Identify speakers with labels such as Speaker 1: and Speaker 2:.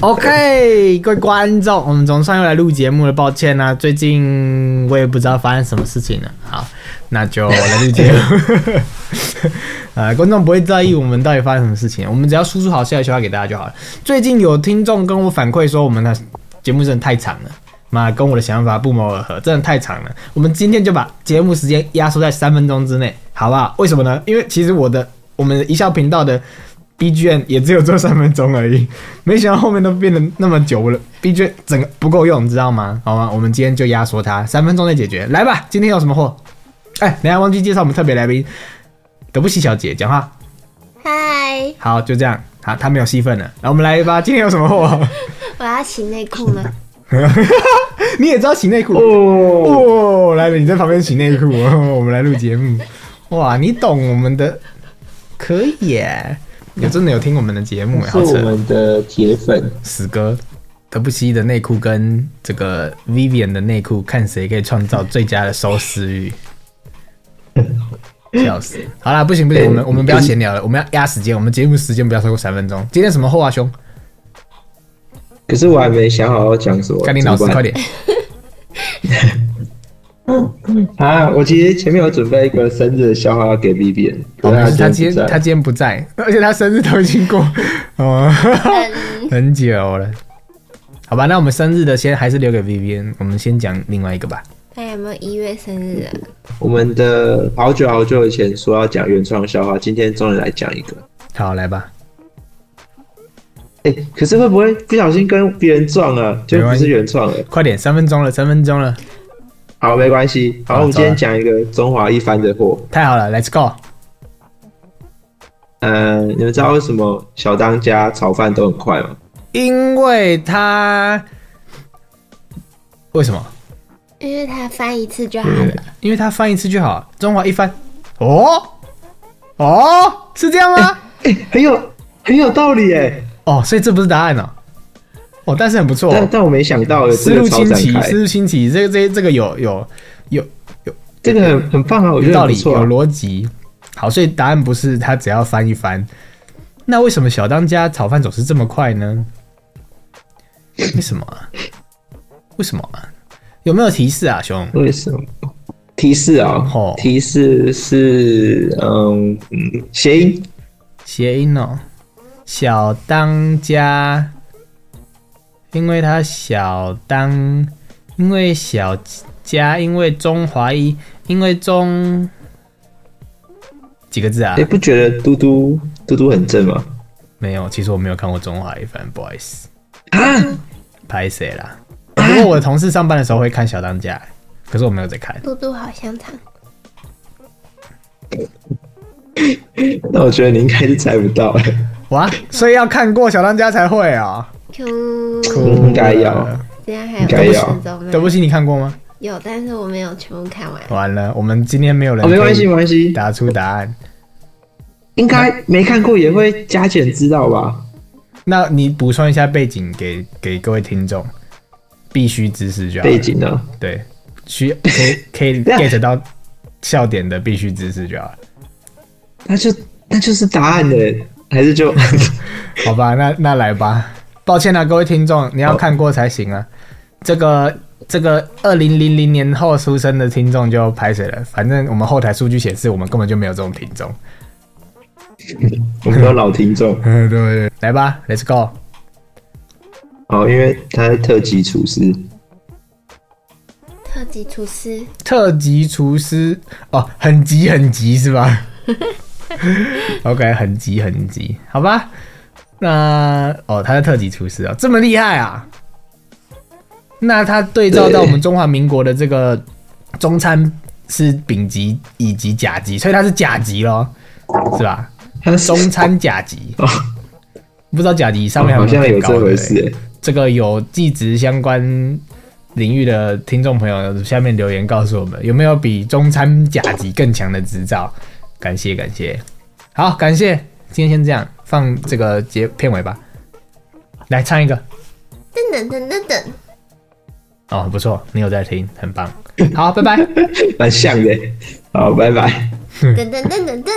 Speaker 1: OK，各位观众，我们总算又来录节目了，抱歉啊，最近我也不知道发生什么事情了。好，那就来录节目。呃，观众不会在意我们到底发生什么事情，我们只要输出好笑的笑话给大家就好了。最近有听众跟我反馈说，我们的节目真的太长了。妈，跟我的想法不谋而合，真的太长了。我们今天就把节目时间压缩在三分钟之内，好不好？为什么呢？因为其实我的我们的一笑频道的 BGM 也只有做三分钟而已， 没想到后面都变得那么久了，BGM 整个不够用，你知道吗？好吗？我们今天就压缩它，三分钟内解决。来吧，今天有什么货？哎，等一下忘记介绍我们特别来宾，德布西小姐讲话。
Speaker 2: 嗨，
Speaker 1: 好，就这样。好，她没有戏份了。来，我们来吧，今天有什么货？
Speaker 2: 我要洗内裤了。
Speaker 1: 你也知道洗内裤
Speaker 3: 哦，
Speaker 1: 哦，来了，你在旁边洗内裤， 我们来录节目。哇，你懂我们的，可以耶！有真的有听我们的节目耶，
Speaker 3: 是
Speaker 1: 好
Speaker 3: 我
Speaker 1: 扯。
Speaker 3: 们的铁粉，
Speaker 1: 死哥，德布西的内裤跟这个 Vivian 的内裤，看谁可以创造最佳的收视 率。笑死！好啦，不行不行，我们我们不要闲聊了，我们要压时间，我们节目时间不要超过三分钟。今天什么后啊兄？
Speaker 3: 可是我还没想好要讲什么。
Speaker 1: 赶紧老师
Speaker 3: 怎么
Speaker 1: 快
Speaker 3: 办
Speaker 1: 点！
Speaker 3: 啊！我其实前面有准备一个生日的笑话要给 B B 人，可
Speaker 1: 没
Speaker 3: 是
Speaker 1: 事
Speaker 3: 他
Speaker 1: 他
Speaker 3: 今
Speaker 1: 今
Speaker 3: 天不
Speaker 1: 天他
Speaker 3: 在
Speaker 1: 今天不在，而且他生日都已经 过哦，
Speaker 2: 嗯，
Speaker 1: 很久了。好吧，那我们生日的先还是留给 Vivian，我们先讲另外一个吧。
Speaker 2: 那有没有一月生日啊？
Speaker 3: 我们的好久好久以前说要讲原创笑话，今天终于来讲一个。
Speaker 1: 好，来吧。
Speaker 3: 哎、可是会不会不小心跟别人撞了，就
Speaker 1: 没
Speaker 3: 不
Speaker 1: 关系
Speaker 3: 是原创了？
Speaker 1: 快点，三分钟了，三分钟了，
Speaker 3: 好，没关系。好，
Speaker 1: 好
Speaker 3: 我们
Speaker 1: 走啊
Speaker 3: 今天
Speaker 1: 了
Speaker 3: 讲一个中华一番的货。
Speaker 1: 太好了，Let's go。
Speaker 3: 呃，你们知道为什么小当家炒饭都很快吗？
Speaker 1: 因为他为什么？
Speaker 2: 因为他翻一次就好
Speaker 3: 嗯
Speaker 2: 了。
Speaker 1: 因为他翻一次就好，中华一翻，哦哦，是这样吗？
Speaker 3: 哎、很有很有道理哎，
Speaker 1: 哦，所以这不是答案哦，哦，但是很不错、
Speaker 3: 但
Speaker 1: 哦，
Speaker 3: 但我没想到
Speaker 1: 思
Speaker 3: 这
Speaker 1: 路
Speaker 3: 个超
Speaker 1: 清
Speaker 3: 展
Speaker 1: 奇，
Speaker 3: 开，
Speaker 1: 思路清奇，这个这这个有有有
Speaker 3: 这个很很棒啊，我觉
Speaker 1: 有
Speaker 3: 得
Speaker 1: 道
Speaker 3: 很不
Speaker 1: 理，
Speaker 3: 错、
Speaker 1: 有
Speaker 3: 啊。
Speaker 1: 逻辑。好，所以答案不是他只要翻一翻，那为什么小当家炒饭总是这么快呢？ 为什么啊？为什么啊？有没有提示啊，兄？
Speaker 3: 为什么？提示啊、
Speaker 1: 哦
Speaker 3: 哦提示是嗯嗯谐音，
Speaker 1: 谐音哦，小当家，因为他小当，因为小家，因为中华一，因为中几个字啊
Speaker 3: 哎、？不觉得嘟嘟嘟嘟很正吗？
Speaker 1: 没有，其实我没有看过中华一番，不好意 思，拍谁啦？不过我的同事上班的时候会看小当家，可是我没有在看。
Speaker 2: 嘟嘟好香肠，
Speaker 3: 那我觉得你应该是猜不到、哎
Speaker 1: 哇，所以要看过小当家才会啊、
Speaker 2: Q，
Speaker 3: 应该要。
Speaker 2: 这样还有
Speaker 3: 该
Speaker 2: 二
Speaker 3: 要
Speaker 2: 十周
Speaker 1: 德布
Speaker 2: 吗？
Speaker 1: 西，你看过吗？
Speaker 2: 有，但是我没有全部看完。
Speaker 1: 完了，我们今天没有人、
Speaker 3: 哦，没关系，没关系，
Speaker 1: 答出答案。
Speaker 3: 应该没看过也会加减知道吧？
Speaker 1: 那你补充一下背景给给各位听众，必须知识就好了
Speaker 3: 背景呢？
Speaker 1: 对，需可以可 以
Speaker 3: 对啊
Speaker 1: get 到笑点的必须知识就好了。
Speaker 3: 那就那就是答案的，还 是就
Speaker 1: 好吧，那那来吧。抱歉啊，各位听众，你要看过才行啊。这个这个二零零零年后出生的听众就拍谁了？反正我们后台数据显示，我们根本就没有这种听 众。
Speaker 3: 我们有老听众
Speaker 1: 嗯，对，来吧，Let's go。
Speaker 3: 哦，因为他是特级厨师，
Speaker 2: 特级厨师，
Speaker 1: 特级厨师哦，很急很急是吧 ？OK，很急很急，好吧。那哦，他是特级厨师哦，这么厉害啊！那他对照到我们中华民国的这个中餐是丙级、乙级、甲级，所以他是甲级咯，是吧？
Speaker 3: 他是
Speaker 1: 中餐甲级，
Speaker 3: 哦
Speaker 1: 不知道甲级上面还
Speaker 3: 好
Speaker 1: 有没有
Speaker 3: 像有
Speaker 1: 更高
Speaker 3: 这
Speaker 1: 的欸
Speaker 3: 回事、哎
Speaker 1: 这个有技职相关领域的听众朋友，下面留言告诉我们有没有比中餐甲级更强的执照？感谢感谢，好感谢，今天先这样，放这个结片尾吧。来唱一个
Speaker 2: 噔噔噔噔噔，
Speaker 1: 哦，不错，你有在听，很棒。好，拜拜。
Speaker 3: 欸蛮像的、哎好，拜拜。
Speaker 2: 噔噔噔噔噔。